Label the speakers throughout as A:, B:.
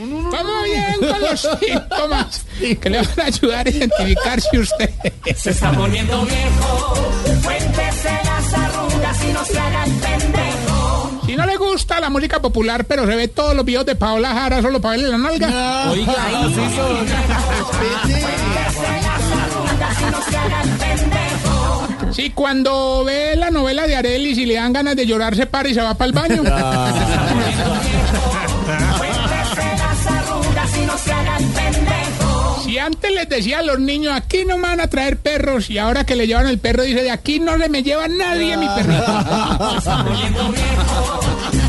A: Vamos bien con los síntomas que le van a ayudar a identificar si usted
B: Se está poniendo viejo. Cuéntese las arrugas y no se haga el pendejo.
A: si no le gusta la música popular, pero se ve todos los videos de Paola Jara solo para verle la nalga.
B: Cuéntese las arrugas y no se haga el pendejo.
A: Si cuando ve la novela de Arelis y le dan ganas de llorar, se para y se va para el baño.
B: Cuéntese las arrugas y no se haga el pendejo.
A: Si antes les decía a los niños, aquí no me van a traer perros, y ahora que le llevan el perro, dice, de aquí no le me lleva nadie mi perrito.
B: Poniendo viejo.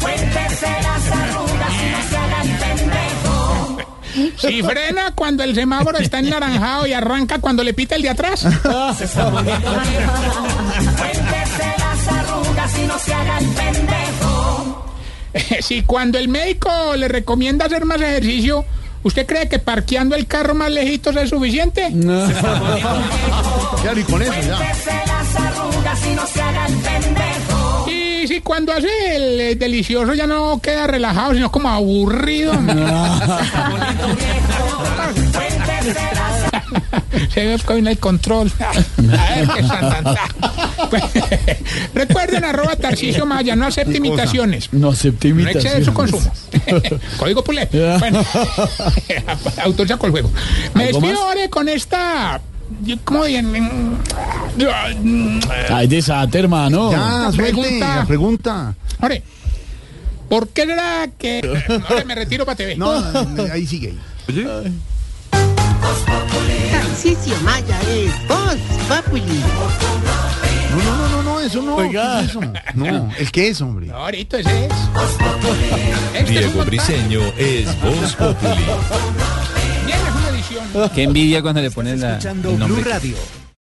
B: Cuéntese las arrugas y no se haga el pendejo.
A: Si frena cuando el semáforo está ennaranjado y arranca cuando le pita el de atrás.
B: Cuéntese las arrugas y no se haga el pendejo.
A: Si cuando el médico le recomienda hacer más ejercicio, ¿usted cree que parqueando el carro más lejitos es suficiente?
C: Claro, y con eso ya.
B: Cuéntese las arrugas y no se haga el pendejo.
A: Y si cuando hace el eh, delicioso ya no queda relajado, sino como aburrido.
B: Cuéntese las
A: Se ve que hoy no hay control. A ver qué santanza. Pues, Recuerden arroba Tarcicio Maya, no acepte imitaciones.
D: No acepté
A: No excede su consumo. Código Pule. Bueno, autor sacó el juego. Me
D: ¿Algo
A: despido
D: más?
A: ahora con esta. yo- ¿Cómo Mm, bien?
D: Ay, desate, hermano.
C: Ya, suelte
A: pregunta.
C: la pregunta.
A: Ore, ¿por qué era que.? Ahora me retiro para TV.
C: No, no, no, ahí sigue.
E: Tarcisio Maya es Voz Populi.
C: No, no, no, no, no, eso no.
D: Oiga.
C: ¿qué es eso? No, el que es, hombre.
A: No, ahorita ese es. Este es un
F: Diego
A: montaje.
F: Briseño es Voz Populi.
A: Bien, es una edición.
G: Qué envidia cuando le ponen la, el nombre.
H: Radio.